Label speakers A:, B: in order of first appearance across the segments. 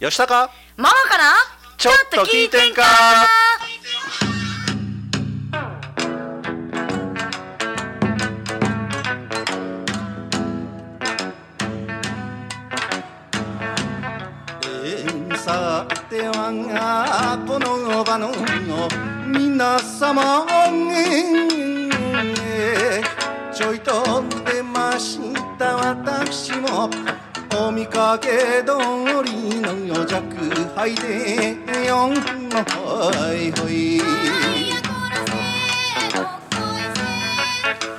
A: 吉高
B: ママかな
A: ちょっと聞いてんか
C: えーさてはこの場の皆様えーちょいと出ました私もお見かけ通りの弱敗でよんほいほい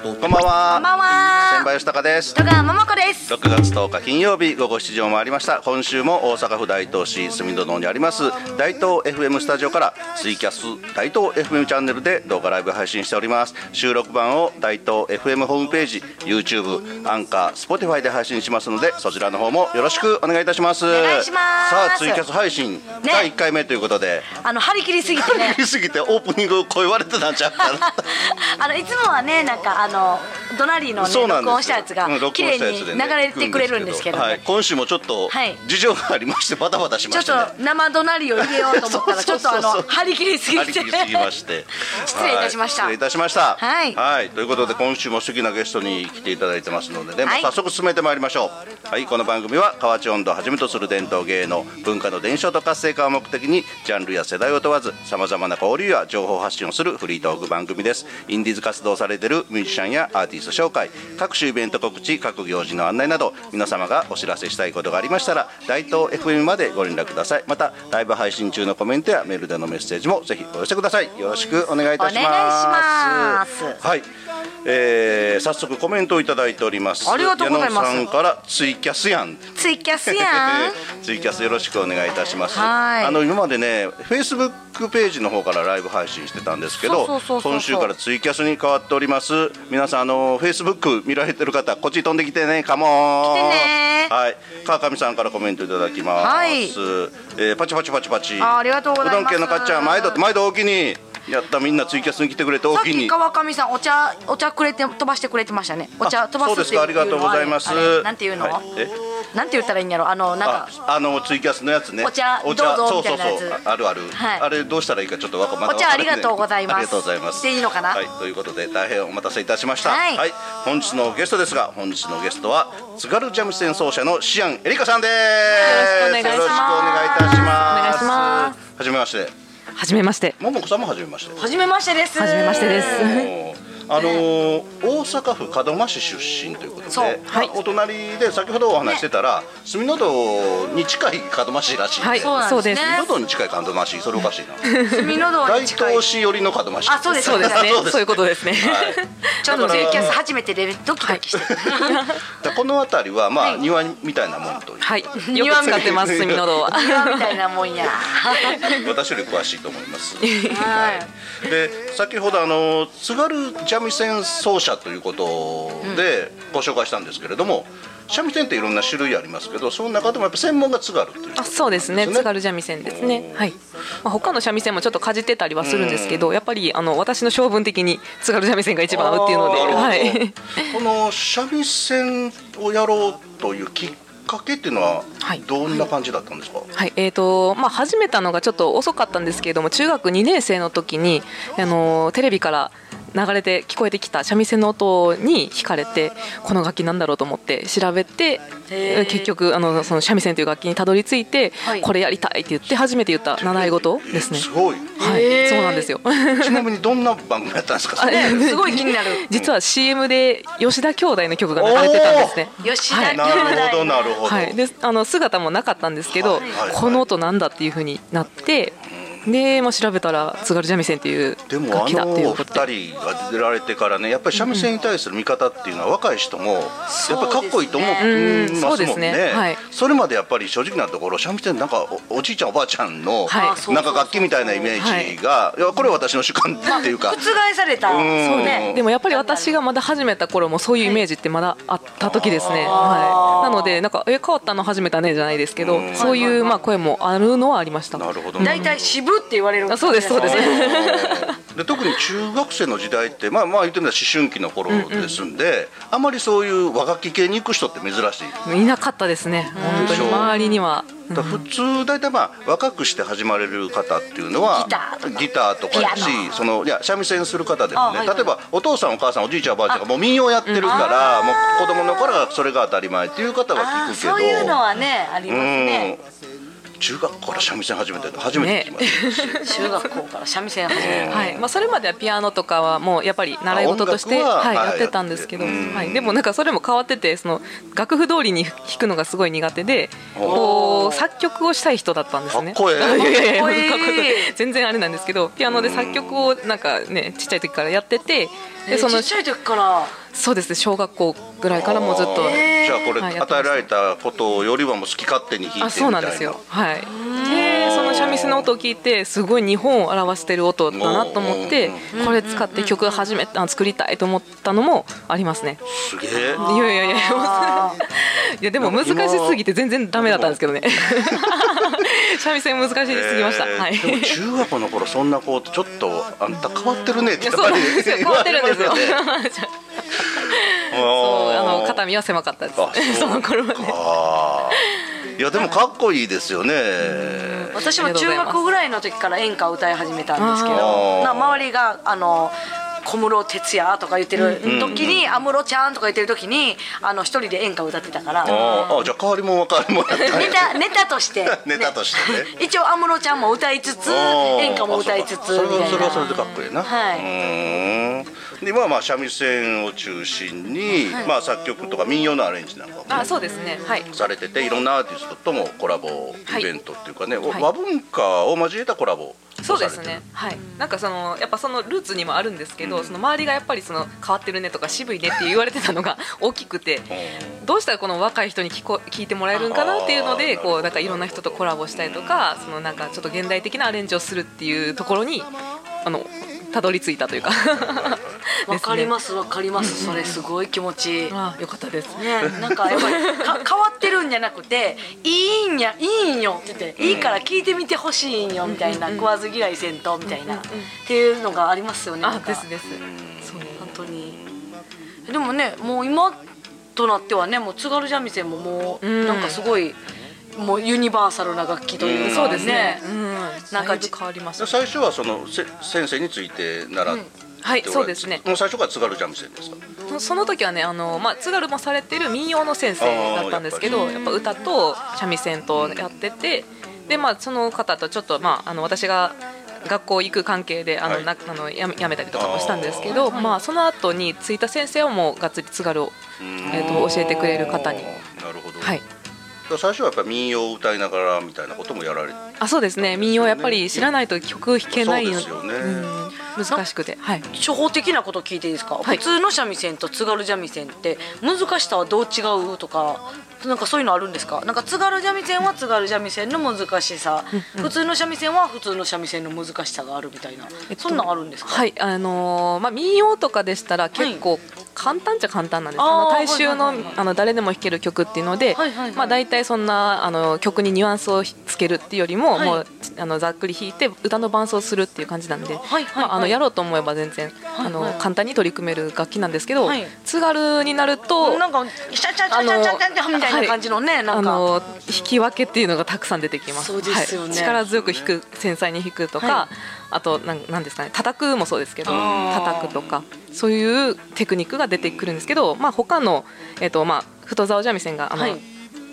A: こんばん
B: こんば
A: は
B: んは
A: 先輩吉高です
B: 戸川桃子です
A: 6月10日金曜日午後7時を回りました今週も大阪府大東市住戸堂にあります大東 FM スタジオからツイキャス大東 FM チャンネルで動画ライブ配信しております収録版を大東 FM ホームページ YouTube アンカー Spotify で配信しますのでそちらの方もよろしくお願いいたしますお
B: 願いします
A: さあツイキャス配信、第1回目ということで
B: あの張り切りすぎてね
A: 言い過ぎてオープニング声割れてたんちゃうかな
B: あのいつもはねなんかあのドナリーの、ね、
A: そうなんです
B: 録音したやつが
A: うん録
B: 綺
A: 音
B: 麗
A: したや
B: に
A: つでね
B: 流れてくれるんですけど、ね
A: はい、今週もちょっと
B: はい
A: 事情がありましてバタバタし
B: ちょ
A: ま
B: っ
A: したね
B: と生ドナリーを入れようと思ったらち
A: そ
B: ょ
A: う
B: っと
A: そ
B: あ
A: うそう
B: の張り切りすぎ
A: 張
B: て
A: り切りすぎまして
B: 失礼いたしました
A: は失礼いたしました
B: はい
A: ということで今週も素敵なゲストに来ていただいてますのでね、もう
B: はい
A: 早速進めてまいりましょうはいこの番組は河内音頭をはじめとする伝統芸能文化の伝承と活性化を目的にジャンルや世代を問わずさまざまな交流や情報発信をするフリートーク番組ですインディーズ活動をされているミュージシャンやアーティスト紹介各種イベント告知各行事の案内など皆様がお知らせしたいことがありましたら大東 FM までご連絡くださいまたライブ配信中のコメントやメールでのメッセージもぜひお寄せくださいよろしくお願いいたします
B: お願いします
A: はい、えー、早速コメントをいただいております
B: ありがとうございます
A: 矢野さんからツイキャスやん
B: ツイキャスや ん
A: ツイキャスよろしくお願いいたします。
B: はい
A: あの今までね、フェイスブックページの方からライブ配信してたんですけど
B: そうそうそうそう、そう
A: 今週からツイキャスに変わっております。皆さんあのフェイスブック見られてる方、こっち飛んできてね、カモーン。
B: 来てね
A: はい、川上さんからコメントいただきます。
B: はい
A: えーパチパチパチパチ。
B: あありがとうございます
A: うどん系のかっちゃん、毎度毎度大きに。やったみんなツイキャスに来てくれて大
B: さっ
A: き
B: き
A: に。
B: 川上さんお茶お茶くれて飛ばしてくれてましたねお茶
A: あ
B: 飛ばすっていう
A: そうですかありがとうございます
B: あれあれなんていうの、
A: はいえ
B: なんて言ったらいいんやろあのなん
A: あ
B: か、
A: あのツイキャスのやつね。
B: お茶どうぞみたいなやつ
A: そうそうそうああるある。
B: はい
A: あれどうしたらいいかちょっとわかまだ
B: お茶
A: わからない
B: ありがとうございます
A: ありがとうございます。
B: でいいのかな
A: はいということで大変お待たせいたしました。
B: はい
A: 本日のゲストですが本日のゲストは津軽三味線奏者のシアンエリカさんです。
D: よろしくお
A: よ
D: 願いします
A: ろしくお願いいたします。
D: お願いしま
A: はじめまして。
D: はじめまして。
A: ももこさんもはじめまして。
B: 初めましてです
D: はじめましてです。
A: もうあのー大阪府門真市出身ということで、
B: そう
D: はい
A: お隣で先ほどお話ししてたら、住の道に近い門真市らしいんで、
D: はい、
B: そうなんですね
D: そうです。
A: のどに近い門真市それおかしいな
B: 隅の堂
A: 大
B: に近い
A: 東市寄りの門真市
B: あそうです
D: そうです
A: そう
D: ね
A: ですね。
D: そういうことですね。
A: はい
B: ちょっとツイキャス初めてでドキドキしてる、
A: だこの辺りはまあ、
B: はい
A: 庭みたいなもんという、
D: はい、よく使ってます、隅の堂は。
B: 庭みたいなもんや
A: 私より詳しいと思います
B: はい
A: で先ほどあの津軽三味線奏者ということでご紹介したんですけれども、三味線っていろんな種類ありますけどその中でもやっぱ専門が津軽という
D: あ、そうですね。津軽三味線ですね。はい。まあ、他の三味線もちょっとかじってたりはするんですけど、やっぱりあの私の性分的に津軽三味線が一番合うっていうので、
A: あー
D: は
A: なるほど
D: い。
A: この三味線をやろうというきっかけっていうのは
D: はい
A: どんな感じだったんですか、
D: はい、えーとまあ、始めたのがちょっと遅かったんですけれども中学2年生の時に、あのーテレビから流れて聞こえてきた三味線の音に惹かれてこの楽器なんだろうと思って調べて
B: へー
D: 結局あのその三味線という楽器にたどり着いて、
B: はい
D: これやりたいって言って初めて言った習い事ですね
A: す。ごい
D: は
B: へー
D: い、そうな んですよ
A: ちなみにどんな番組やったんですかそれ
D: あ
B: すごい気になる
D: 実は CM で吉田兄弟の曲が流れてたんですね。
B: 吉田兄弟
A: なるほどなるほど、
D: はい、であの姿もなかったんですけど、
A: はいはい
D: この音なんだっていうふうになって、で、まあ、調べたら津軽三味線っていう
A: でも
D: 楽
A: あ
D: 器だっていう
A: のお
D: ことで
A: 二人が出られてからねやっぱり三味線に対する見方っていうのは若い人もやっぱりかっこいいと思いま
D: そう
A: す
D: で
A: もん
D: すね
A: ね
D: うんはい
A: それまでやっぱり正直なところ三味線なんかおおじいちゃんおばあちゃんの
D: はいあ
B: そう
A: なんか楽器みたいなイメージが、いやこれ私の主観っていうか、
B: 覆された
A: うん
B: そう
A: 二人
B: ね
D: でもやっぱり私がまだ始めた頃もそういうイメージってまだあった時ですね、
B: あー
D: はい、なのでなんか「え変わったの始めたね」じゃないですけど、
A: うん
D: そういうまあ声もあるのはありました
A: なるほど
B: 大体渋って言われる
D: あそうですそうです
A: で特に中学生の時代ってまあまあ言ってみたら思春期の頃ですんで、あまりそういう和楽器系に行く人って珍しい
D: いなかったですね本当に周りには
A: だから普通大体まあ若くして始まれる方っていうのは
B: ギターとか
A: ギターとかだし
B: ピアノ
A: そのいや三味線する方で
B: あ
A: もね、
B: はいはい
A: 例えばお父さんお母さんおじいちゃんおばあちゃんがもう民謡やってるから、もう子供の頃からそれが当たり前っていう方は
B: あ
A: 聞
B: あ
A: くけど
B: そういうのはねありますね
A: うん中学から三味線始めて初めて聞きました、
B: 中学校から三味線始める
D: はいまあ、それまではピアノとかはもうやっぱり習い事として
A: あ音楽は
D: はい、
A: はい
D: やってたんですけど、
A: やってうん
D: はい、でもなんかそれも変わっててその楽譜通りに弾くのがすごい苦手でこう作曲をしたい人だったんですね。
A: かっこええ
D: いやいやい
B: かっ
D: や
B: こええ
D: そんなこと 全然あれなんですけどピアノで作曲をなんかねちっちゃい時からやっててで
B: で
D: そ
B: そ
D: の
B: のちっちゃい時から
D: そうですね小学校ぐらいからもうずっと
A: あーじゃあこれ
D: はいやって
A: 与
D: ま
A: え
D: した
A: られたことよりはもう好き勝手に弾いてみたいな
D: あそうなんですよはいでその三味線の音を聞いてすごい日本を表してる音だなと思ってこれ使って曲始めあ作りたいと思ったのもありますね
A: すげえ
D: いやいやいや
B: あ
D: いやでも難しすぎて全然ダメだったんですけどね三味線難しすぎました、
A: えー
D: はい
A: でも中学の頃そんな子ちょっとあんた変わってるねって
D: いや
A: やっ
D: そう
A: ぱ
D: な
A: り
D: んです よ変わってるんですよ そうあの肩身は狭かったです
A: あそう
D: その頃はね
A: あーいやでもかっこいいですよね
B: ー私も中学校ぐらいの時から演歌を歌い始めたんですけど
A: あー
B: な周りがあの小室哲哉とか言ってる時に安室ちゃんとか言ってる時にあの一人で演歌を歌ってたから
A: あーあじゃあ代わりもんは代わりもんやっ
B: ネ
A: たね
B: タネタとして
A: ネタとしてね
B: ね一応安室ちゃんも歌いつつ演歌も歌いつ
A: あ
B: つ
A: そうかそれ
B: み
A: は
B: た
A: そ
B: い
A: れは
B: な
A: それでかっこいいな、
B: はいう
A: ーんで今はまあ三味線を中心に、まあ、作曲とか民謡のアレンジなんかも
D: あそうですねはい
A: されてていろんなアーティストともコラボ
D: は
A: イ
D: い
A: ベントっていうかね、お
D: はい
A: 和文化を交えたコラボ
D: そうですね。はい。なんかそのやっぱそのルーツにもあるんですけど、その周りがやっぱりその変わってるねとか渋いねって言われてたのが 大きくて、どうしたらこの若い人に聞こ聞いてもらえるんかなっていうの
A: あーなる
D: で、
A: ほど
D: こうなんかいろんな人とコラボしたりとか、そのなんかちょっと現代的なアレンジをするっていうところにあのたどり着いたというか。。
B: わかりますすわかりますそれすごい気持ちいい。
D: あー、よかったです。
B: ね、なんかやっぱりか変わってるんじゃなくて「いいんやいいんよ」って言って「いいから聞いてみてほしいんよ」みたいな食わず嫌いせんとみたいなっていうのがありますよねな
D: あ
B: ん、か
D: ですです。そう。
B: 本当にでもねもう今となってはねもう津軽三味線ももう
D: うん
B: なんかすごいもうユニバーサルな楽器というか、
D: そうですね。うん。なんか変わりまし
A: で
D: た。
A: 最初はそのせ先生について習っておられて、
D: はい、そうですね。
A: もう最初から津軽三味線ですか
D: そその時はねあの、まあ、津軽もされてる民謡の先生だったんですけ
A: あ
D: どやっぱ歌と三味線とやっててで、まあ、その方とちょっと、まあ、あの私が学校行く関係であの、
A: はい
D: なあのやめやめたりとかもしたんですけどまあ、その後についた先生はもうがっつり津軽を、えー、と教えてくれる方に。
A: なるほど、
D: はい
A: だから最初はやっぱり民謡を歌いながらみたいなこともやられて
D: あそうですね民謡やっぱり知らないと曲弾けない
A: そうですよね
D: うん難しくて、はい、
B: 初歩的なこと聞いていいですか、
D: はい
B: 普通の三味線と津軽三味線って難しさはどう違うとかなんかそういうのあるんですかなんか津軽三味線は津軽三味線の難しさ、普通の三味線は普通の三味線の難しさがあるみたいな、
D: えっと
B: そんなんあるんですか、
D: はいあのーまあ、民謡とかでしたら結構簡単っちゃ簡単なんです、あの
B: あー
D: 大衆の,、
B: はいはいはい
D: あの誰でも弾ける曲っていうので、
B: はいはいはい
D: まあ、大体そんなあの曲にニュアンスをつけるっていうよりも,、
B: はい
D: もうあのざっくり弾いて歌の伴奏するっていう感じなんで、
B: はいはい
D: まあ、あのやろうと思えば全然、あ
B: はい
D: の簡単に取り組める楽器なんですけど、
B: はい
D: 津軽になると。
B: なんかシャチャチャチャチャチャチャみたいな感じのね、な
D: あ
B: んか、
D: の引き分けっていうのがたくさん出てきます。
B: そうですよね
D: はい力強く弾く、繊細に弾くとか、
B: は
D: あとなんなんですかね、叩くもそうですけど、
B: あー
D: 叩くとかそういうテクニックが出てくるんですけど、まあ他のえっ、とまあ太竿三味線があの、
B: はい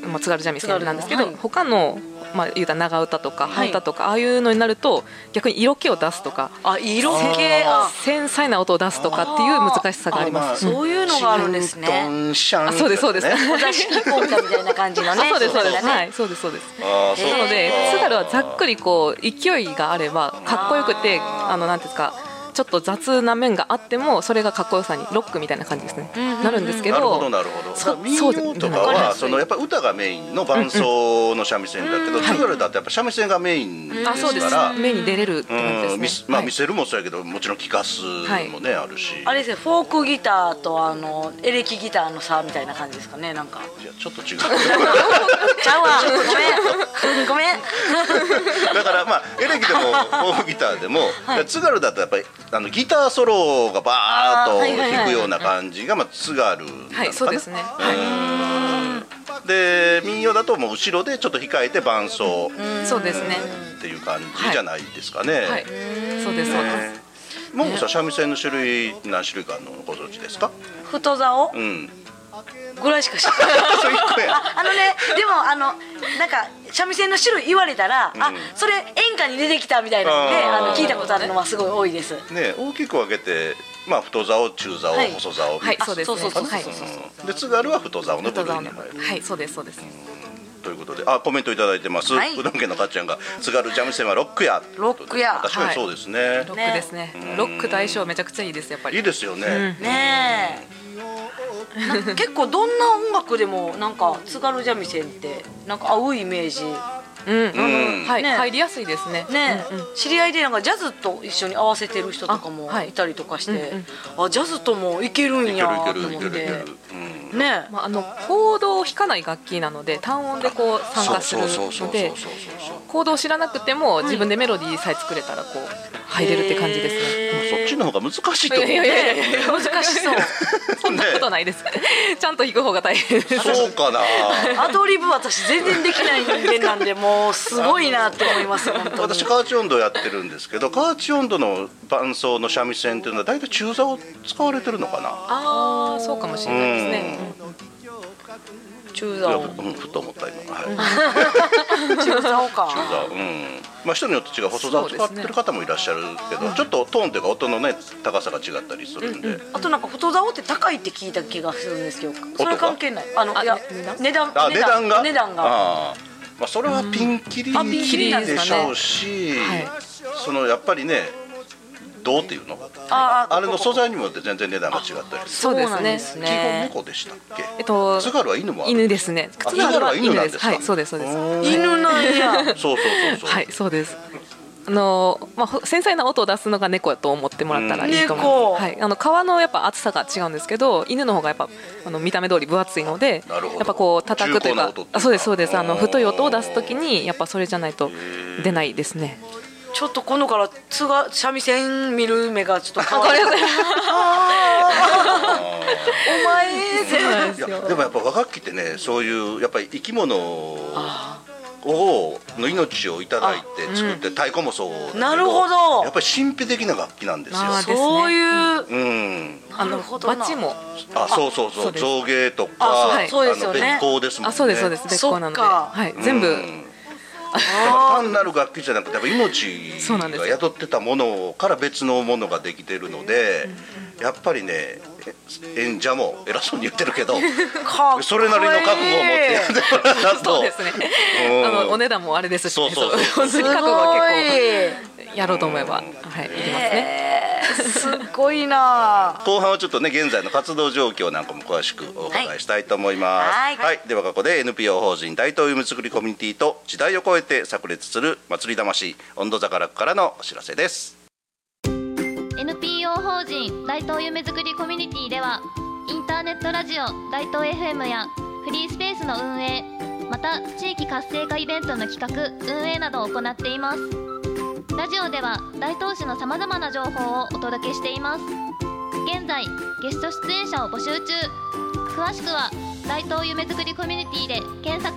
D: まあ津軽三味線なんですけど、
B: 津軽のはい
D: 他のまあ言うたら長唄とか
B: はい
D: 半唄とか、ああいうのになると逆に色気を出すとか。
B: あ色系あ
D: 繊細な音を出すとかっていう難しさがあります。
B: あまあそういうのがあるんですね
A: シントンシャン
D: あそうですそうです
A: ね
B: お座敷紅茶みたいな感じの
D: あ
B: ね
D: そうですそうです、
B: だね
D: はい、そうですそうです。
A: あーそう
D: なので津軽はざっく
A: り
D: りこう勢いがあればかっこよくてあのなんていうんですかちょっと雑な面があってもそれがかっこよさにロックみたいな感じですね、なるんですけど
A: なるほどなるほどだ
D: そ
A: から民謡とか
D: そうですわかり
A: は
D: ます
A: そのやっぱり歌がメインの伴奏の三味線だけど津軽だとやっぱ三味線がメインです
D: あそうで
A: から
D: す目に出れるって感じ
A: うん
D: で
A: 見
D: す
A: せ
D: ね、
A: まあ
D: はい
A: 見せるもそうやけどもちろん聞かすもねあるし
B: あれですねフォークギターとあのエレキギターの差みたいな感じですかねなんか
A: いやちょっと違う
B: ちゃうわごめんごめん
A: だからまあエレキでもフォークギターでも津軽だとやっぱりあのギターソロがバーッと
B: あーはいはいはい
A: 弾くような感じがまあ津軽なのかな
D: はいそうですね、はい、
A: うんで民謡だともう後ろでちょっと控えて伴奏
D: そうですね。
A: っていう感じじゃないですかね。
D: はい、そうですそうです。
A: もうさ三味線の種類何種類かあるのご存知ですか？
B: 太棹
A: うん。
B: ぐらいしか知らない。
A: そう一個や。
B: あのね、でもあのなんか三味線の種類言われたら、あそれ演歌に出てきたみたいなので、
A: あ
B: あ
A: ー
B: の聞いたことあるのはすごい多いです。
A: ね大きく分けてまあ太棹中棹、
B: はい
A: 細棹みた
D: はいい、そうです
B: あそ
D: ね。
B: うそうそう
D: はい
B: そう
A: うんで津軽は太棹の部
D: 太
A: 類
D: 棹
A: に
D: の
A: 入る。
D: はい、そうですそうです。
A: ということであコメントいただいてます、
B: はいう
A: どん家のかっちゃんが「津軽三味線はロックや」
B: ロックや
A: 確かにそうですね、
D: ロックですね。ロックと相性めちゃくちゃいいですやっぱ
A: い、い
D: り。
A: ですよね、
B: ねえ。なんか結構どんな音楽でもなんか津軽三味線ってなんか合うイメージ
D: うん、
A: ん
D: はい、
B: ね
D: 入りやすいですね。
B: ね、知り合いでなんかジャズと一緒に合わせてる人とかも
D: あはい
B: いたりとかして、あジャズともいけるん
A: い
B: や
A: け
B: と
A: るいけ
B: 思っ
A: るいけるいけ
B: て
A: る、うん、
B: ね
D: まああのコードを弾かない楽器なので単音でこう参加するので
A: そうそうそうそう
D: コードを知らなくても自分でメロディーさえ作れたらこう入れるって感じですね。
A: でもそっちの方が難しい
D: い
A: と思う
D: やいやいやいや
B: 難しそう
D: そんなことないです。ちゃんと弾く方が大変です。
A: そうかな
B: アドリブ私全然できない人間なんでもうすごいなって思います本当に
A: 私カーチ音頭やってるんですけどカーチ音頭の伴奏の三味線っていうのは大体中座を使われてるのかな
D: ああ、そうかもしれないですね。
A: いや
B: 中座を
A: うん、ふと思った今、はい、
B: 中座をか
A: 中座うんまあ人によって違う細座を使ってる方もいらっしゃるけど、ちょっとトーンというか音のね高さが違ったりするんで、
B: あとなんか太竿って高いって聞いた気がするんですけどそ
A: が
B: れ関係ないあのいや値段
A: あ値段が
B: 値段が
A: あーまあ、それはピンキリ
B: あピンキリなん
A: で
B: です
A: し
B: かね
A: ょうし、
D: はい
A: そのやっぱりねどうっていうの
B: あー
A: あれの素材にもよって全然値段が違ったり
D: そうですね。
A: 基本猫でしたっけ
D: えっと
A: 津軽は犬もある
D: 犬ですね。
A: あ
D: 津軽は犬
A: なんで
D: で
A: す
D: す。
A: か
D: はい、そうですそうです。
B: 犬なんや
A: そうそうそうそう、
D: はい、そうです。あのまあほ、繊細な音を出すのが猫だと思ってもらったらいいと思う
B: うん猫
D: はい、あの皮のやっぱ厚さが違うんですけど犬の方がやっぱあの見た目通り分厚いので
A: なるほど
D: やっぱこう叩くという
A: 重厚な音っていう
D: か
A: か
D: あそうですそうですあの
A: うん
D: 太い音を出すときにやっぱそれじゃないと出ないです ね。
B: ちょっと今度から津が三味線見る目がちょっと変わ
D: あ
B: る
D: りがとうございます
B: お前
D: そうなんで
A: い
D: す
A: や
D: よ
A: でもやっぱ和楽器ってねそういうやっぱり生き物をの命をいただいて作って、太鼓もそうだけど
B: なるほど
A: やっぱり神秘的な楽器なんですよ
D: あー
B: そういう
A: うん
D: あ
B: な
D: の
B: るほどな
D: バチも
A: あ、そうそうそ、
D: そううです
A: 造芸とか、
B: あそう
A: あ
B: そ
A: の
B: うですよね
A: 別行ですもんね。
D: あそうですそうです別
B: そっか
D: 行なので、はい、全部
A: うんだから単なる楽器じゃなくてやっぱ
D: そうなん
A: 命
D: で
A: が
D: す
A: 宿ってたものから別のものができてるのでやっぱりねえ演者も偉そうに言ってるけど
B: かっこいい
A: それなりの覚悟を持ってやってもらわなと
D: そうですね。
A: うん
D: あのお値段もあれですし、
A: そうそうそう
D: 本当に覚悟は結構やろうと思えば、はい、できますね。
B: すごいすごいな
A: 後半はちょっとね現在の活動状況なんかも詳しくお伺いしたいと思います
B: はいはい
A: ではここで NPO 法人大東夢作りコミュニティと時代を超えて炸裂する祭り魂温度坂楽からのお知らせです
E: NPO 法人大東夢作りコミュニティではインターネットラジオ大東 FM やフリースペースの運営また地域活性化イベントの企画運営などを行っていますラジオでは大東市のさまざまな情報をお届けしています現在ゲスト出演者を募集中詳しくは大東夢作りコミュニティで検索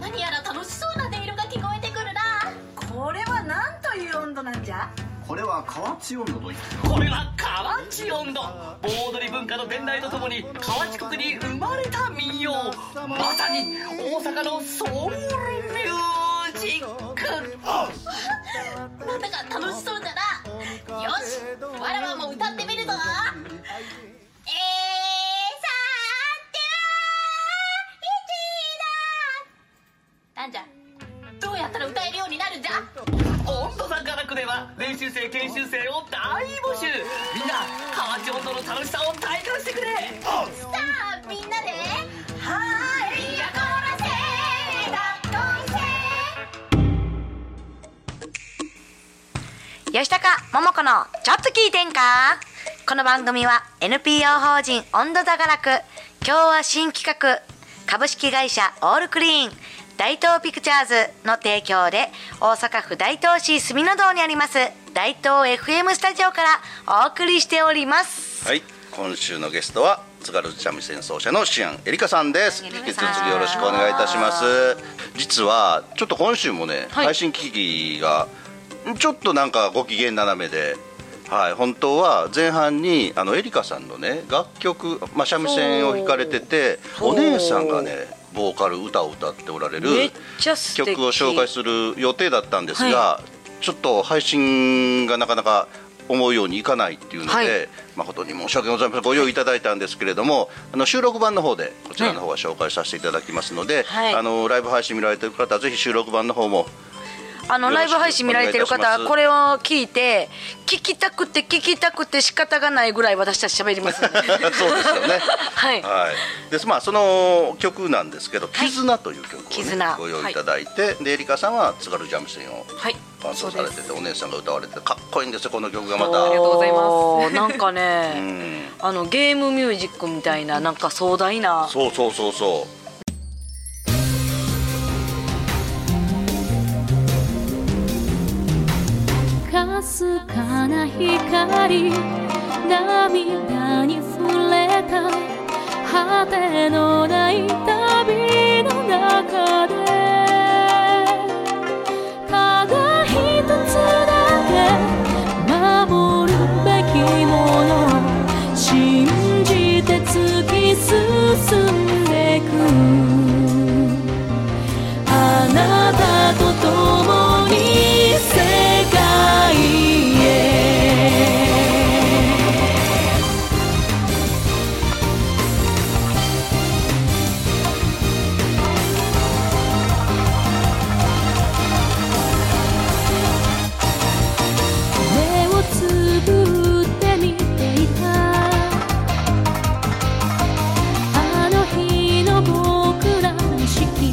F: 何やら楽しそうな音色が聞こえてくるな
B: これはなんという温度なんじゃ
G: これは河内温度といって
H: これは河内音頭盆踊り文化の伝来とともに河内国に生まれた民謡まさに大阪のソウルミュージック
F: なんだか楽しそうだなよしわらわも歌ってみるぞえーさーてはーいちーだなんじゃどうやったら歌えるようになるんじゃ
H: 音頭さんからくでは練習生研修生を大募集みんな河内音頭の楽しさを体感してくれ
F: さあみんなではーいやこらせーだっこいせー
I: 吉高桃子のちょっと聞いてんかこの番組は NPO 法人温度座がらく今日は新企画株式会社オールクリーン大東ピクチャーズの提供で大阪府大東市住の堂にあります大東 FM スタジオからお送りしております
A: はい今週のゲストは津軽三味線奏者のシアンエリカさんです引
I: エ
A: き
I: リカさん
A: 続きよろしくお願いいたします実はちょっと今週もね、
B: はい
A: 配信機器がちょっとなんかご機嫌斜めではい、本当は前半にあのエリカさんのね楽曲、まあ、三味線を弾かれてて
B: そう
A: お姉さんがねボーカル歌を歌っておられる
B: めっちゃ素敵
A: 曲を紹介する予定だったんですが、ちょっと配信がなかなか思うようにいかないっていうので、
B: はい
A: 誠に申し訳ございませんご用意いただいたんですけれどもあの収録版の方でこちらの方は紹介させていただきますので、
B: はい
A: あのライブ配信見られてる方はぜひ収録版の方も
B: あの
A: よろし
B: ライ
A: く
B: ブ配信見られてる
A: お願いいた
B: 方
A: します
B: これを聞いて聞きたくて聞きたくて仕方がないぐらい私たち喋 ります
A: そうですよね。
B: はい
A: ですまあその曲なんですけど「
B: はい
A: 絆」という曲を、ね
B: 絆、
A: ご用意いただいて、でエリカさんは津軽三味線を
B: はい
A: 伴奏されててお姉さんが歌われててかっこいいんですよこの曲がま
B: あ
A: た。
B: りがとうございます
D: す
B: なんか
A: う
B: ね
A: ん
B: あのゲームミュージックみたいななんか壮大な
A: そうそうそうそう。
E: かすかな光涙に触れた果てのない旅の中でただ一つだけ守るべきもの信じて突き進んでくあなたと共に世界へ目をつぶって見ていたあの日の僕らの式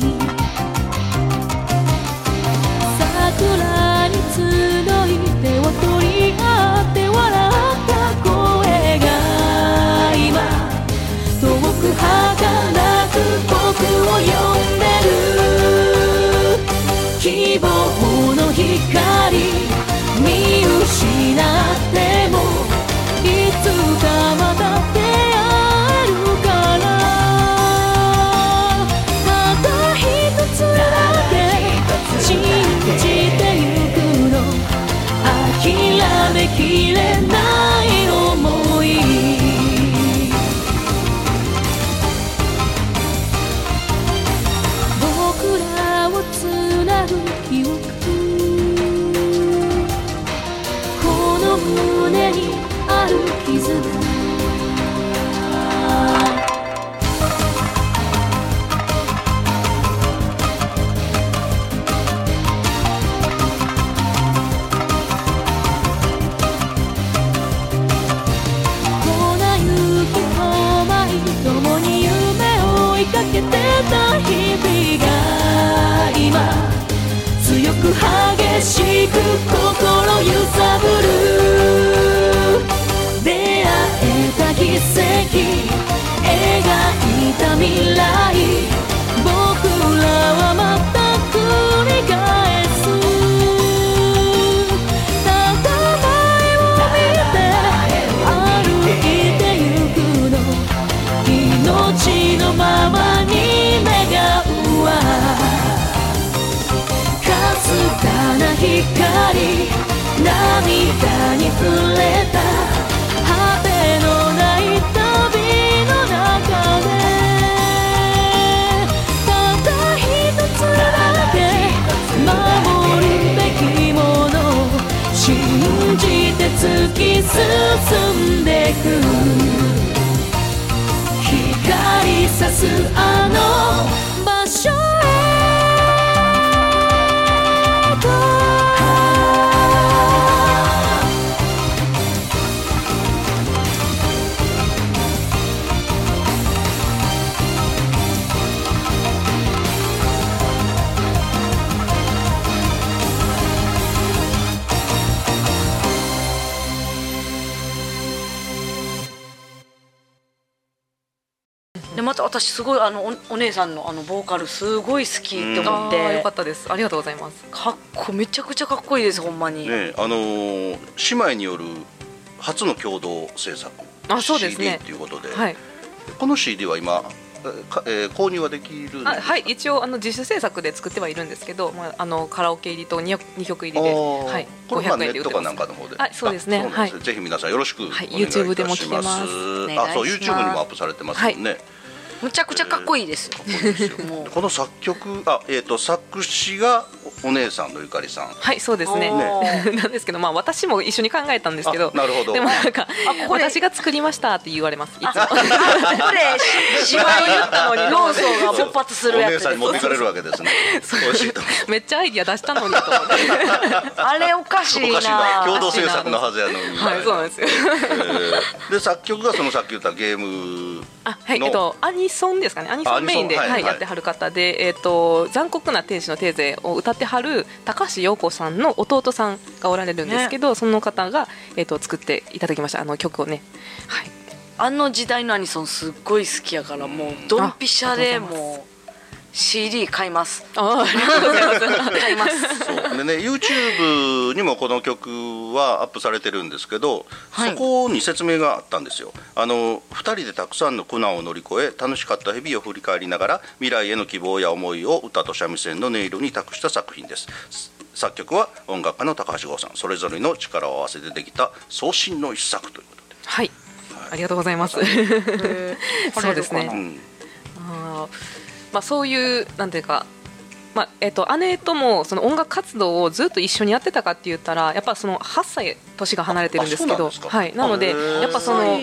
E: 桜に募い手を取り合って笑った声が今遠く儚く僕を呼んでる希望の光見失ってもいつかまた出会えるからただ一つだけ信じてゆくの諦めきれない想い僕らをつなぐ記憶この胸にある傷が粉雪と舞共に夢を追いかけてた日々が今強く激しく心揺さぶる出会えた奇跡描いた未来僕らはまた繰り返すただ前を見て歩いてゆくの命のままに願うわかすかな光涙に触れた果てのない旅の中でただ一つだけ守るべきもの信じて突き進んでく光さすあの場所へと
B: でまた私すごいあのおお姉さんのあのボーカルすごい好きって思
D: あ
B: っ
D: ー
B: て
D: よかったですありがとうございます
B: かっこめちゃくちゃかっこいいですほんまに、
A: ねあのー姉妹による初の共同制作
D: あそうです
A: CD
D: ね
A: ということで、
D: はい
A: この CD は今えーか、えー購入はできるんですか
D: あはい一応あの自主制作で作ってはいるんですけど、まあ、あのカラオケ入りと 2, 2曲入りで、
A: あー
D: はい、
A: これまあ
D: 500
A: ネ
D: 円で
A: ッ
D: 売っ
A: ト
D: て
A: か
D: ま
A: なん
D: す
A: かの方で。
D: はいそうですね
A: あなん
D: はい
A: ぜひ皆さんよろしくお願いいたします。
D: はい YouTube でも聞けます
A: あ、そう
I: お願いしま
A: YouTube
I: す
A: にもアップされてますもんね。
B: むちゃくちゃかっこいいです、 もう
A: この作曲、あ、えっ、と作詞がおお姉さんのゆかりさん。
D: はいそうですね
B: おー
D: なんですけど、まあ、私も一緒に考えたんですけど
A: あなるほど
D: でもなんか
B: これ
D: 私が作りましたって言われますいつも
B: これし芝居言ったのに論争が勃発する
A: お
B: や
A: 姉
B: つ
A: さんに持ってかれるわけ ですね。美味しいと思う
D: めっちゃアイディア出したのにと思って
B: あれおかしい
A: おか
B: な
A: しいな。共同制作のはずやのに。
D: はいそうなんですよ
A: えーで作曲がそのさっき言ったゲーム
D: あはい
A: の
D: えっと、アニソンですかねアニソ
A: あア
D: ン
A: ニソン
D: メインで
A: はい
D: はい
A: はい
D: やってはる方で、えっと「残酷な天使のテーゼ」を歌ってはる高橋洋子さんの弟さんがおられるんですけど、その方が、えっと、作っていただきましたあの曲をね、はい、
B: あの時代のアニソンすっごい好きやからもうドンピシャでもう CD 買います
D: あありがとうございます
B: 買います
A: そうで ね YouTube にもこの曲はアップされてるんですけど、
B: はい
A: そこに説明があったんですよあの2人でたくさんの苦難を乗り越え楽しかった日々を振り返りながら未来への希望や思いを歌と三味線の音色に託した作品です作曲は音楽家の高橋剛さんそれぞれの力を合わせてできた創新の一作ということで
D: はい、ありがとうございます。 そうですね。あーまあそういうなんていうか。まあえっと姉ともその音楽活動をずっと一緒にやってたかって言ったらやっぱその8歳年が離れてるんですけ
A: ああそうなん
D: ど
A: ですか
D: はい、なの
A: へ
D: で
A: ー
D: やっぱその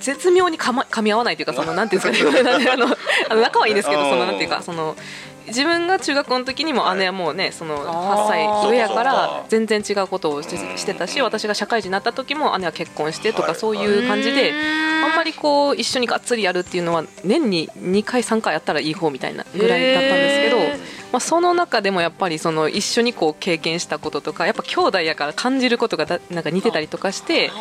D: 絶妙にか、ま、噛み合わないというかそのなんていうんです かねなんであのあの仲はいいんですけどそのなんていうかその自分が中学校の時にも姉はもうねその8歳上やか
A: そう
D: ら
A: か
D: 全然違うことをしてしてたし私が社会人になった時も姉は結婚してと
A: はい
D: かそういう感じであんまりこう一緒にがっつりやるっていうのは年に2回3回やったらいい方みたいなぐらいだったんですけど
B: へ、
D: まあ、その中でもやっぱりその一緒にこう経験したこととかやっぱ兄弟やから感じることがだなんか似てたりとかして。
B: な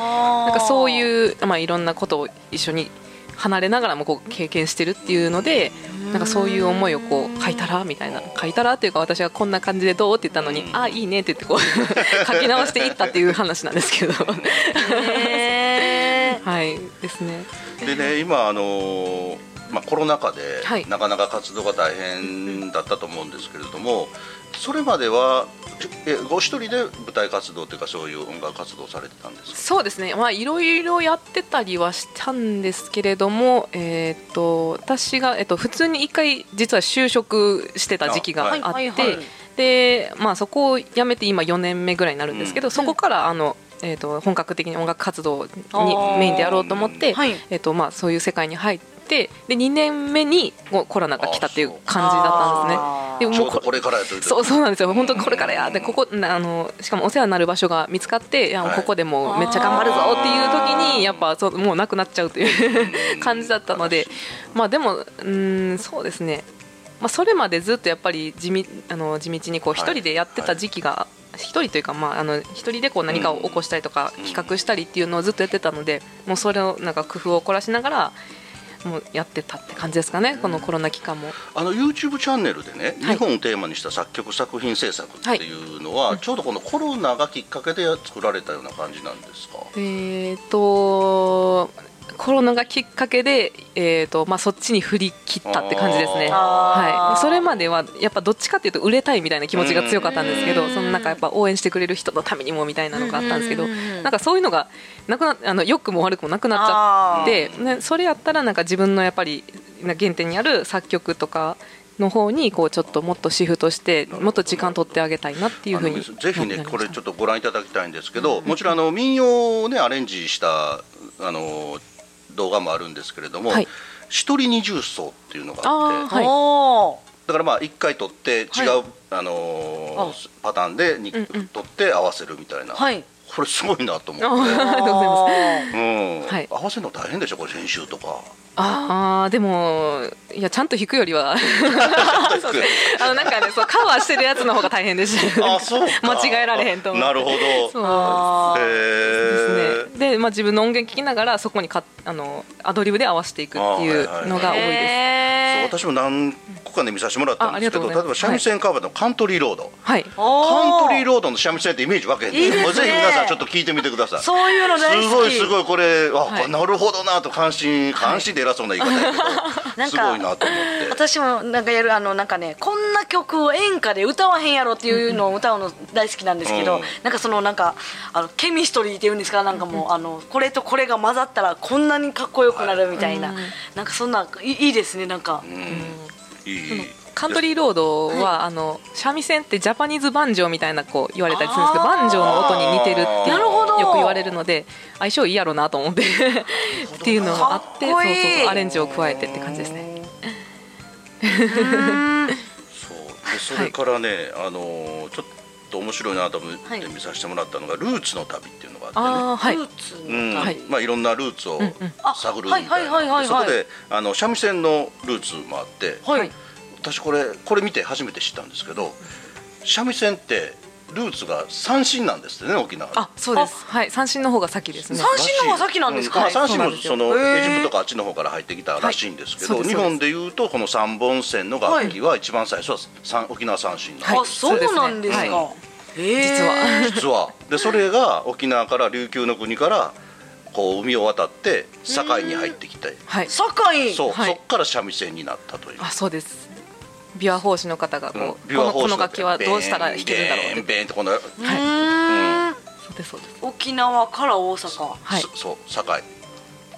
D: なんかそう
B: う
D: いう、まあ、いろんなことを一緒に離れながらもこう経験してるっていうのでなんかそういう思いをこう書いたらみたいな書いたらっていうか私がこんな感じでどうって言ったのにあいいねって言ってこう 書き直していったっていう話なんですけど はいですね
A: でね今あのーまあ、コロナ禍で
D: はい
A: なかなか活動が大変だったと思うんですけれども、それまではえご一人で舞台活動というかそういう音楽活動をされてたんですか
D: そうですねまあいろいろやってたりはしたんですけれどもえーっと私が、えっと、普通に一回実は就職してた時期があって
B: あはいはいはい
D: で、まあ、そこを辞めて今4年目ぐらいになるんですけど、そこからあの、えー、と本格的に音楽活動に
B: あー
D: メインでやろうと思って、
B: はい
D: えーとまあ、そういう世界に入ってで2年目にもうコロナが来たっていう感じだったんですね。でも
A: ち
D: も
A: ょうど
D: こ
A: これからやというと
D: そうそうなんですよ本当これからやでここなあのしかもお世話になる場所が見つかっていや
A: はい
D: ここでもうめっちゃ頑張るぞっていう時にやっぱそうもうなくなっちゃうという感じだったのでまあでもうーんそうですね、まあ、それまでずっとやっぱり地味あの地道にこう
A: はい
D: 一人でやってた時期が一、人というか、まあ、あの一人でこう何かを起こしたりとか
A: うん
D: 企画したりっていうのをずっとやってたのでもうそれをなんか工夫を凝らしながらもうやってたって感じですかねこのコロナ期間も。
A: あの YouTube チャンネルでね、
D: はい
A: 日本をテーマにした作曲作品制作っていうのは、ちょうどこのコロナがきっかけで作られたような感じなんですか
D: えー、とコロナがきっかけで、えーとまあ、そっちに振り切ったって感じですね、
B: あー
D: はい、それまではやっぱどっちかっていうと売れたいみたいな気持ちが強かったんですけどそのなんかやっぱ応援してくれる人のためにもみたいなのがあったんですけどなんかそういうのがなくなあの良くも悪くもなくなっちゃって、ね、それやったらなんか自分のやっぱりな原点にある作曲とかの方にこうちょっともっとシフトしてもっと時間取ってあげたいなっていうふう
A: あ
D: に
A: のぜひね
D: なりました
A: これ ちょっとご覧いただきたいんですけど、もちろんあの民謡をねアレンジしたあの動画もあるんですけれども、
D: はい
A: 一人二重奏っていうのがあ
D: あ
A: って
D: ーはい
B: おー
A: だからまあ一回撮って違う、
B: は
A: あのーパターンでに、
D: うんうん
A: 撮って合わせるみたいな、
B: はい
A: これすごいなと思って、
D: あーありがとうございます
B: あー
A: うん
D: はい
A: あ合わせるの大変でしょこれ編集とか
D: ああでもいやちゃんと弾くよりは そうですあのなんかねそうカバーしてるやつの方が大変でし た
A: あそうか
D: 間違えられへんと思う
A: なるほど
D: そう
B: あー
A: へ
D: ですねで、まあ、自分の音源聞きながらそこにかあのアドリブで合わせていくっていうのが多いです
A: え
B: へー
A: 私も何個かね見させてもらったんですけ
D: ああ
A: ど例
D: りが
A: え
D: とうござい
A: ば
D: ます
A: 三味線カバーのカントリーロード、
D: はい
B: お
A: カントリーロードの三味線ってイメージわけへん
B: いいですね
A: これぜひ皆さんちょっと聞いてみてください
B: そういうの大好き
A: すごいすごいこれあ、
D: はい
A: なるほどなと感心感心で偉そうな言い方やけど、
B: なん
A: す
B: か
A: ごいなと思って
B: 私もなんかやるあのなんかねこんな曲を演歌で歌わへんやろっていうのを歌うの大好きなんですけど、
A: うん
B: なんかそのなんかあのケミストリーっていうんですかなんかもうあのこれとこれが混ざったらこんなにかっこよくなるみたいな、なんかそんないいいですねなんか、
A: いい
D: カントリーロードは、あの三味線ってジャパニーズバンジョーみたいなこう言われたりするんですけど
B: あー
D: バンジョーの音に似てるって
A: なる
B: ほど
D: よく言われるので相性いいやろうなと思ってっていうのもあって
B: かっこいい
D: そうそうそうアレンジを加えてって感じですね
A: そうでそれからね、あのーちょっと面白いなと思って
B: はい
A: 見させてもらったのが「ルーツの旅」っていうのがあっ
D: ああはい
B: ルーツ
A: て
B: の
A: ねうん
D: はい
A: まあ、いろんなルーツを
B: あ
A: 探るみたい
B: はいはいはいはい
A: な
B: は
A: で
B: い
A: そこであの三味線のルーツもあって、
B: はい、
A: 私これこれ見て初めて知ったんですけど三味線ってルーツが三振なんですってね沖縄
D: あそうですはい三振の方が先ですね
B: 三振の方が先なんですか
A: うまあ三振
D: そ
A: も
D: うなんですよ
A: その
B: へー
A: エジプトかあっちの方から入ってきたらしいんですけど、
D: はいそうで
A: 日
D: す
A: 本でいうとこの三本線の楽器は一番最初は三沖縄三振なんです
D: はい
B: あそうなんですか、
D: そ
B: へー
D: 実は
A: 実はでそれが沖縄から琉球の国からこう海を渡って堺に入ってきて
D: はい
B: 堺
A: そう、
D: はい
A: そっから三味線になったという。
D: あそうです琵琶法師の方がこう、
A: 琵
D: こ
A: 琶
D: の
A: 法
D: こ
A: 師
D: の
A: だっ
D: 楽
A: て
D: 器はどうしたら弾けるんだろう
A: ベ
D: っ
A: ン
D: て
A: ベンベンってこの、
D: そうですそうです
B: 沖縄から大阪
D: はい
A: そそう堺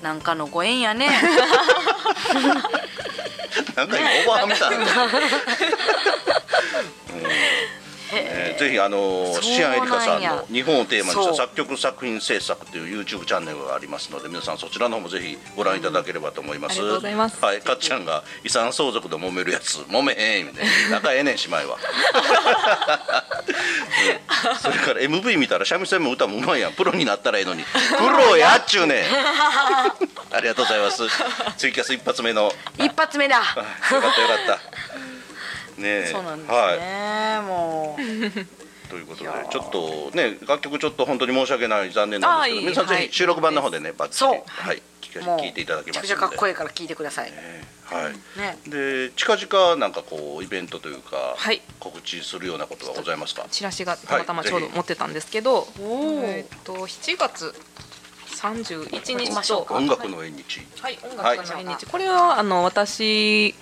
B: なんかのご縁やね
A: なんか今オーバーみたいな。 えーぜひあの
B: そうなんや
A: シアンエリカさんの日本をテーマにした作曲作品制作という YouTube チャンネルがありますので皆さんそちらの方もぜひご覧いただければと思います。
D: うんありがとうございます
A: はい、かっちゃんが遺産相続で揉めるやつ揉めへんみたいな仲ええねん姉妹は。うんそれから MV 見たら三味線も歌もうまいやんプロになったらええのにプロやっちゅうね んありがとうございますツイキャス一発目の
B: 一発目だ
A: よかったよかった。ねえ、
B: そうなんですね、
A: はい、
B: もう
A: ということで、ちょっとね、楽曲ちょっと本当に申し訳ない、残念なんですけど、
D: あーいい
A: 皆さんぜ
D: は
A: ひ
D: い
A: 収録版の方でね、バッチ
B: そう
A: リ、はい、聞か
B: もう
A: 聞いていただけ
B: めちゃ
A: ま
B: く
A: す
B: ちゃかっこ
A: の
B: いいから聞いてください
A: で。はい。
B: ね
A: で、近々なんかこうイベントというか、
D: はい
A: 告知するようなことはございますか。
D: チラシがたまたまちょうど持ってたんですけど、えーっと7月31
B: 行きま
D: 日
B: しょう
D: と
B: か
A: 音楽の縁日。
D: はい、音
A: はい
D: 楽の毎日これはあの私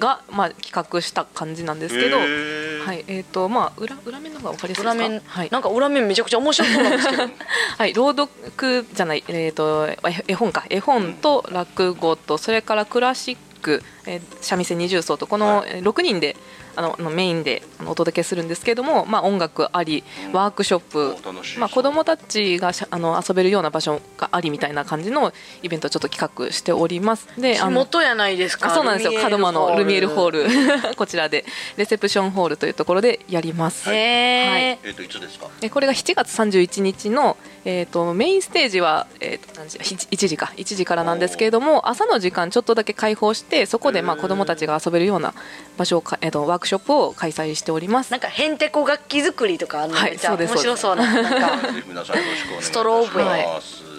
D: がまあ企画した感じなんですけど、
A: へー
D: はい、えーっとまあ裏裏面の方がわかりやすいで
B: 裏
D: すか。
B: 面、
D: はい
B: なんか裏面めちゃくちゃ面白そうなんですけ ど
D: はい、朗読じゃない、えー、とえ絵本か絵本と落語とそれからクラシック、えー三味線二重奏とこの
A: はい
D: えー6人であのあのメインであのお届けするんですけども、まあ、音楽ありワークショップ
A: お、楽しい
D: まあ、子どもたちがしゃあの遊べるような場所がありみたいな感じのイベントをちょっと企画しております。であ
B: 地
D: の
B: 元やないですか
D: あそうなんです
B: ルミ
D: よ
B: エル
D: 門真のルミエルホー
B: ル
D: ル こちらでレセプションホールというところでやります。
B: へえ、
A: えっ、といつですか。
D: えこれが7月31日の、えー、とメインステージは、えー、と何時ひ1時か1時からなんですけれども朝の時間ちょっとだけ開放してそこでまあ
A: へー
D: 子どもたちが遊べるような場所をか、えー、とワークショップを開催しております
B: なんかへんてこ楽器作りとかあんの
D: はい
B: めっちゃ
D: そうです
B: 面白そうな なんか
A: ぜひ皆さんよろしくお願いいたします。
B: ストローブ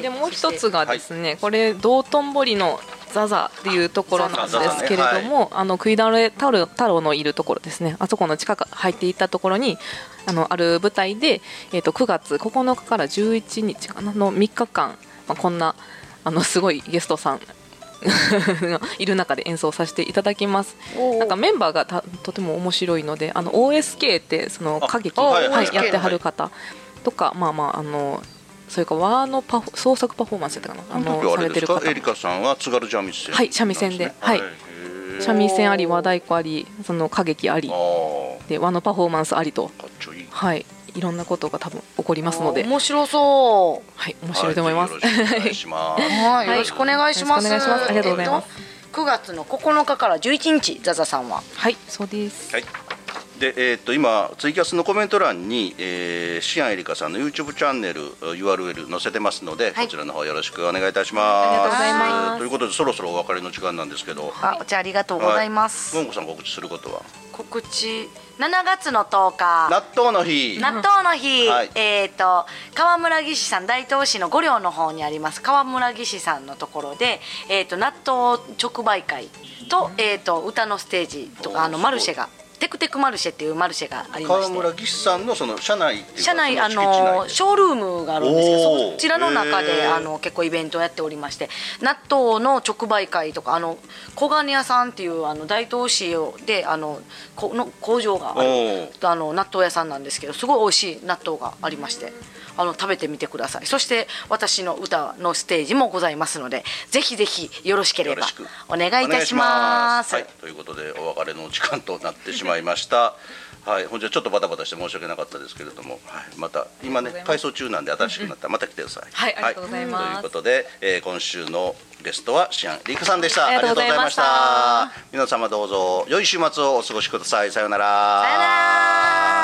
D: でもう一つがですね、これ道頓堀のザザっていうところなんですけれども、あの食いだれ太郎太郎のいるところですねあそこの近く入っていったところにあのある舞台で、えー、と9月9日から11日かなの3日間、まあ、こんなあのすごいゲストさん がいる中で演奏させていただきますなんかメンバーがたとても面白いのであの OSK ってその
A: あ
D: 歌劇、
A: あはい
D: はい
A: はい
D: やってはる方とか、まあまああのそれから和のパフォ創作パフォーマンスやったかなあ
A: あの
D: の
A: 時
D: さ
A: あれ
D: れ
A: です
D: てる
A: か
D: 方。
A: エリカさんは津軽三味線、
D: はい三味線ではい
A: へー
D: 三味線あり和太鼓ありその歌劇あり
A: あー
D: で和のパフォーマンスありと
A: かっちょいい。
D: はいいろんなことが多分起こりますので
B: 面白そ
D: はい面白いと思います。
A: はよろしくお願いします。
B: う はいよろしくお願いします
D: よろしくお願いしますありがとうございます
B: えっと9月の9日から11日ザザさんは
D: はいそうです。
A: はい。でえーっと今ツイキャスのコメント欄に、えー、シアンエリカさんの YouTube チャンネル URL 載せてますので、
B: はい
A: こちらの方よろしくお願いいたします。
B: ありがとうございます
A: ということでそろそろお別れの時間なんですけど、
B: あお茶ありがとうございます、
A: はいゴンゴさん告知することは
B: 告知7月の10日
A: 納豆の日。
B: 納豆の日、
A: はい
B: えっ、と川村技師さん大東市の五稜の方にあります川村技師さんのところで、えー、と納豆直売会と,、えー、と歌のステージとかあの
A: おー
B: マルシェがテクテクマルシェっていうマルシェがありま
A: 川
B: して
A: 村技師さんのその社内っていうか
B: 社内
A: そ
B: あ
A: 敷地内
B: の
A: で
B: ショールームがあるんですけ
A: おー
B: どそちらの中
A: へ
B: で
A: ー
B: あの結構イベントをやっておりまして納豆の直売会とかあの小金屋さんっていうあの大東市であのこの工場があ
A: お
B: るあの納豆屋さんなんですけどすごい美味しい納豆がありましてあの食べてみてくださいそして私の歌のステージもございますのでぜひぜひよろしけれ
A: よろ
B: ば
A: しく
B: お願いいたします。
A: はい、ということでお別れの時間となってしまいました。 はい、本日はちょっとバタバタして申し訳なかったですけれども、はい、また今ね改装中なんで新しくなったらまた来てください。
D: はいありがとうございます
A: ということで、えー今週のゲストはシアンリクさんでした。
D: ありがとうございました
A: ありがとうございました皆様どうぞ良い週末をお過ごしください。さようなら。
B: さよなら